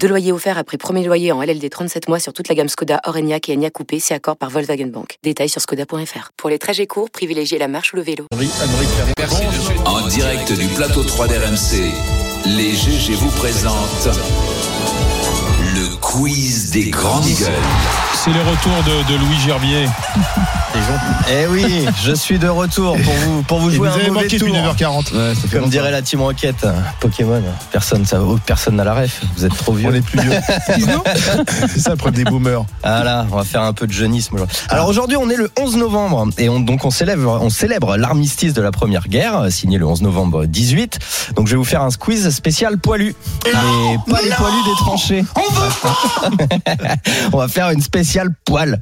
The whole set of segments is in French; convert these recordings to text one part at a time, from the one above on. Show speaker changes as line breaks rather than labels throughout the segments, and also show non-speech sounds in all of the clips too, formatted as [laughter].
Deux loyers offerts après premier loyer en LLD 37 mois sur toute la gamme Skoda, Orenia et Enya Coupé, si accord par Volkswagen Bank. Détails sur skoda.fr. Pour les trajets courts, privilégiez la marche ou le vélo.
En direct du plateau 3 d'RMC, les GG vous présentent le quiz des grandes gueules.
C'est le retour de, de Louis Gerbier.
Eh oui, je suis de retour pour vous, pour vous
Et
jouer
vous avez
un mauvais
manqué
tour.
depuis 9h40.
Comme dirait la team enquête, hein, Pokémon, personne ça, oh, personne n'a la ref, vous êtes trop vieux.
On est plus vieux. C'est ça le problème des boomers. [laughs]
Ah là, on va faire un peu de jeunisme. aujourd'hui. Alors aujourd'hui, on est le 11 novembre et on, donc on célèbre, on célèbre l'armistice de la Première Guerre, signé le 11 novembre 18. Donc je vais vous faire un squeeze spécial poilu, mais pas les poilus des tranchées. On [laughs] va faire une spéciale poil,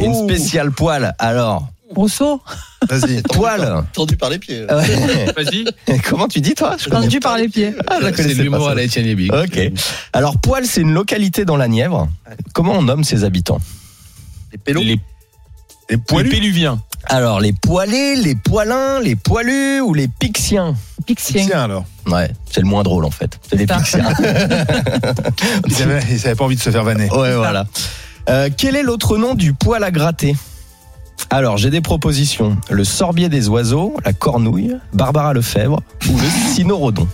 une
Ouh.
spéciale poil. Alors
Rousseau
Vas-y.
poil.
Tendu par les pieds.
Ouais.
Vas-y,
[laughs] Comment tu dis toi Je connais
tendu par les pieds.
Ah, je la
C'est
connaissais
l'humour
pas,
à la Etienne Lébic.
ça. Ok. Alors, Poil, c'est une localité dans la Nièvre. Comment on nomme ses habitants
Les pélos.
Les, les
le
poilus.
péluvien.
Alors, les poilés, les poilins, les poilus ou les pixiens
Pixien.
Tiens alors.
Ouais, c'est le moins drôle en fait. C'est les
C'est ça.
pixiens.
Ils avaient, ils avaient pas envie de se faire vanner.
Ouais, voilà. Euh, quel est l'autre nom du poil à gratter Alors, j'ai des propositions. Le sorbier des oiseaux, la cornouille, Barbara Lefebvre ou le cynorhodon.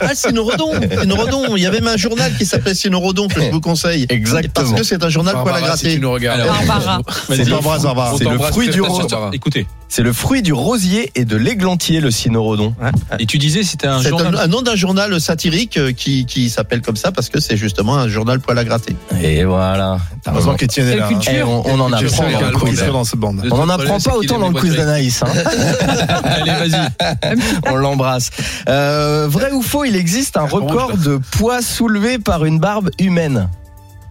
Ah, Sinorodon. Sinorodon. Il y avait même un journal qui s'appelait Sinorodon, que je vous conseille. Parce
Exactement.
que c'est un journal pour la gratter.
nous regardes.
Barbara.
C'est Barbara Barbara.
Ah, C'est le fruit du rose.
Écoutez,
C'est le fruit du rosier et de l'églantier, le cynorhodon.
et tu disais c'était un
C'est un,
journal.
un nom d'un journal satirique euh, qui, qui s'appelle comme ça parce que c'est justement un journal poil à gratter.
Et voilà.
Heureusement qu'Étienne est
Quelle
là. hein.
culture.
Eh, on, on en
Je sais
apprend.
qu'il y a un
dans le quiz.
professeur dans cette bande.
Le
On n'en
seul
apprend
problème, c'est
pas
qu'il
autant
aime
dans
les
le quiz
boîtes aux
d'Anaïs. hein.
[laughs] Allez, vas-y.
On l'embrasse. Euh, vrai ou faux, il existe un record de poids soulevé par une barbe humaine.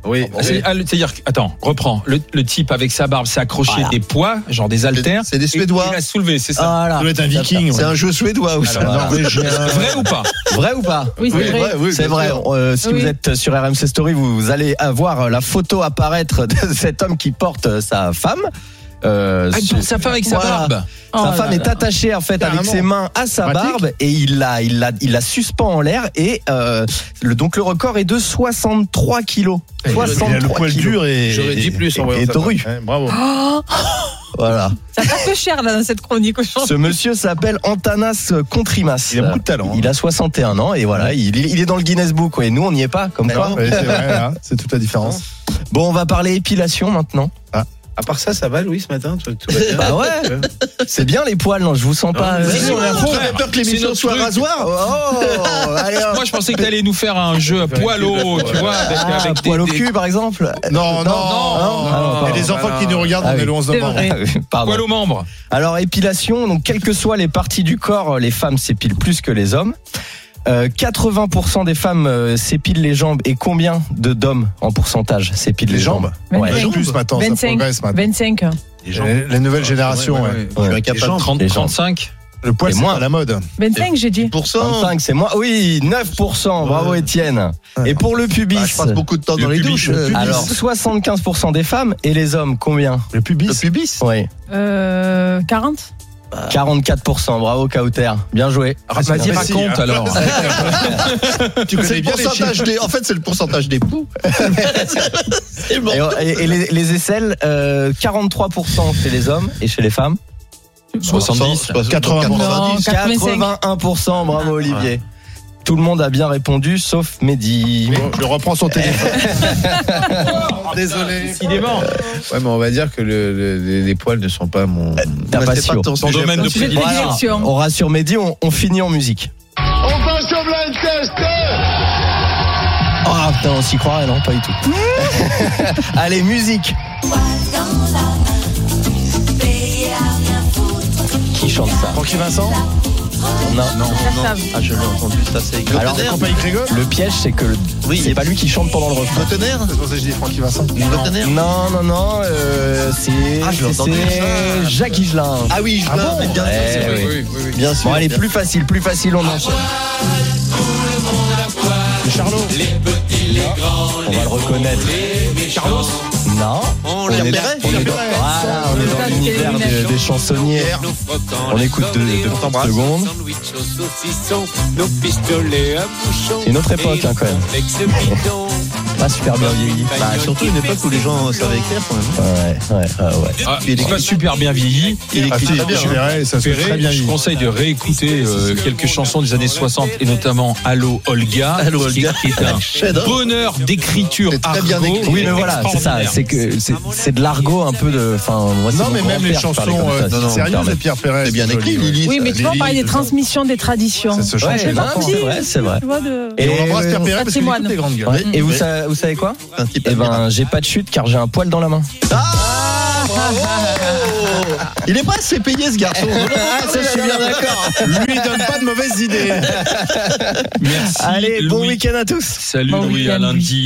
Ah
Oui. C'est-à-dire, que- attends, reprends. Le, le type avec sa barbe s'est accroché des poids, genre des haltères.
C'est des
et-
Suédois.
Il a soulevé, c'est ça.
Voilà.
Ça doit être un viking.
C'est
ouais. Ah
un jeu suédois ou ça.
Alors,
Non, mais je-
Ah,
Vrai ou pas
Vrai ou pas
Oui, c'est vrai.
oui,
C'est
bien
vrai.
sûr.
Euh, si
Oui.
vous êtes sur RMC Story, vous allez avoir la photo apparaître de [laughs] cet homme qui porte euh, sa femme. Euh,
Ah, il porte Sa femme avec sa
Voilà.
barbe.
Oh
Sa
là
femme
là.
est attachée en fait avec
Carrément.
ses mains à sa
Pratique.
barbe et il la, il la, il la suspend en l'air et euh, le, donc le record est de 63 kilos.
Il a le- Il a le
63
poil
kilos.
dur et.
J'aurais dit plus
et-
en voyant
Et
ça.
toru. Ouais, Bravo.
Ah
Oh,
[laughs]
Voilà.
ça passe peu cher là dans cette chronique aujourd'hui.
Ce monsieur s'appelle Antanas Contrimas. Euh,
Il a beaucoup de talent. hein.
Il a 61 ans et voilà, il, il est dans le Guinness Book. Et nous, on n'y est pas, comme quoi.
hein. Ouais, c'est vrai, là. C'est toute la différence.
Bon, on va parler épilation maintenant.
À part ça, ça va, Louis, ce matin tout, tout va bien.
Bah ouais. [laughs] C'est bien les poils, non Je vous sens pas.
Sinon,
euh,
on aurait peur que
C'est
l'émission
notre
soit
truc.
rasoir.
Oh, allez, hop.
Moi, je pensais que t'allais nous faire un jeu à poil au, tu vois, avec,
Ah,
avec des-
poil au
des-
cul, par exemple.
Non, non,
non,
Ah, non,
Il y a
pardon.
des enfants qui nous regardent,
Ah
on
oui.
est le 11
C'est
novembre.
vrai.
Eh, Pardon.
Poil aux membres.
Alors, épilation, donc quelles que soient les parties du corps, euh, les femmes s'épilent plus que les hommes. Euh, 80% des femmes euh, s'épilent les jambes et combien de d'hommes en pourcentage s'épilent les,
Les jambes
Ouais.
Ouais, plus maintenant, ça
25.
progresse maintenant.
25.
La la nouvelle génération, Ah, ouais.
Je suis
Les
incapable.
jambes. 30,
Les jambes.
35.
Le poil,
Et
c'est
moi.
à la mode.
25, j'ai dit.
30%.
25, c'est moi. Oui, 9%. Bravo, Étienne. Et pour le pubis,
Bah, je passe beaucoup de temps
Le
dans les
pubis,
douches.
le
euh,
pubis.
alors 75% des femmes et les hommes, combien
Le pubis.
Le pubis.
Oui.
Euh, 40
44%. Bravo, Kauter. Bien joué.
Ah, Vas-y,
facile,
raconte
hein.
alors.
Tu
C'est le pourcentage des. En fait, c'est le pourcentage des poux. c'est bon.
Et, et- et les, les aisselles, euh, 43% chez les hommes et chez les femmes.
70.
80.
Non, 85.
81%. Bravo, Olivier. Tout le monde a bien répondu, sauf Mehdi.
Je reprends
Eh,
son téléphone. Désolé.
Décidément.
Ouais, mais on va dire que le- le- les- les poils ne sont pas mon.
Ta
Bah, c'est
passion.
pas ton sujet
domaine de
principal.
prédilection.
Voilà.
Direction.
On rassure Mehdi, on, on finit en musique. On passe au blind test Ah putain, on s'y croirait, non Pas du tout. [laughs] Allez, musique Qui chante ça
Francky Vincent
Non.
Cassave.
Ah, je l'ai entendu, ça c'est écrit.
Alors,
Tonnerre,
Compagnie Grégo
Le piège, c'est que le-
Oui,
c'est
et-
pas lui qui chante pendant le refrain.
Le tonnerre
C'est pour ça que j'ai dit Francky Vincent.
Le tonnerre
Non, non, non, euh, c'est
Ah, je l'ai entendu,
c'est
ça.
Jacques Higelin.
Ah oui, je
Ah bon
mais bien sûr,
Eh
c'est vrai.
oui.
Bien sûr.
Bon, allez,
bien
plus facile, plus facile, on enchaîne.
Charlot.
Ah, On va le reconnaître.
Carlos
Non.
On les
est-
repérait
on est dans,
Repérait.
voilà, on est dans
Casque et
l'univers
lunettes.
des, des chansonniers. On écoute deux, deux petites secondes. C'est une autre époque, hein, quand même. Pas super bien vieilli.
Bah, surtout une époque où les gens savaient écrire quand même.
Ouais, ouais, ouais, ouais.
Ah, il est pas super bien vieilli.
Il
Ah,
écrit
si,
très bien.
je
hein.
verrai, ça se fait très bien.
je
lui.
conseille de réécouter euh, quelques chansons des années 60 et notamment Allo Olga,
Allô,
qui-
Olga.
qui est un
Chef-d'œuvre.
bonheur d'écriture
C'est très bien
argot
écrit.
Oui, mais voilà, c'est ça.
extraordinaire.
C'est que c'est c'est de l'argot un peu de. Enfin, moi, c'est
Non,
mon
mais même les
grand-père qui parlait
chansons
comme ça,
euh,
si je peux me
sérieuses de
permettre.
Pierre Perret.
C'est
Ah,
bien
c'est
écrit,
joli,
Lily.
Oui, mais tu vois, on
Lily,
parlait des
tout ça.
transmissions des traditions.
Ça se
hein. Ouais,
chante chez les
non,
enfants.
c'est vrai, c'est vrai.
Tu vois, de...
Et on embrasse
ouais,
Pierre Perret parce qu'il
patrimoine.
écoute les grandes gueules.
Ouais, Et vous,
Ouais.
sa- vous savez quoi
C'est un type
Eh ben,
admirable.
j'ai pas de chute car j'ai un poil dans la main.
Ah bravo [laughs] Il est pas assez payé
[laughs]
ce garçon.
Ah, ça, je suis bien d'accord.
Lui il donne pas de mauvaises idées.
Merci,
Allez, bon
Louis.
week-end à tous.
Salut
Bon
Louis, à
week-end, Louis.
lundi.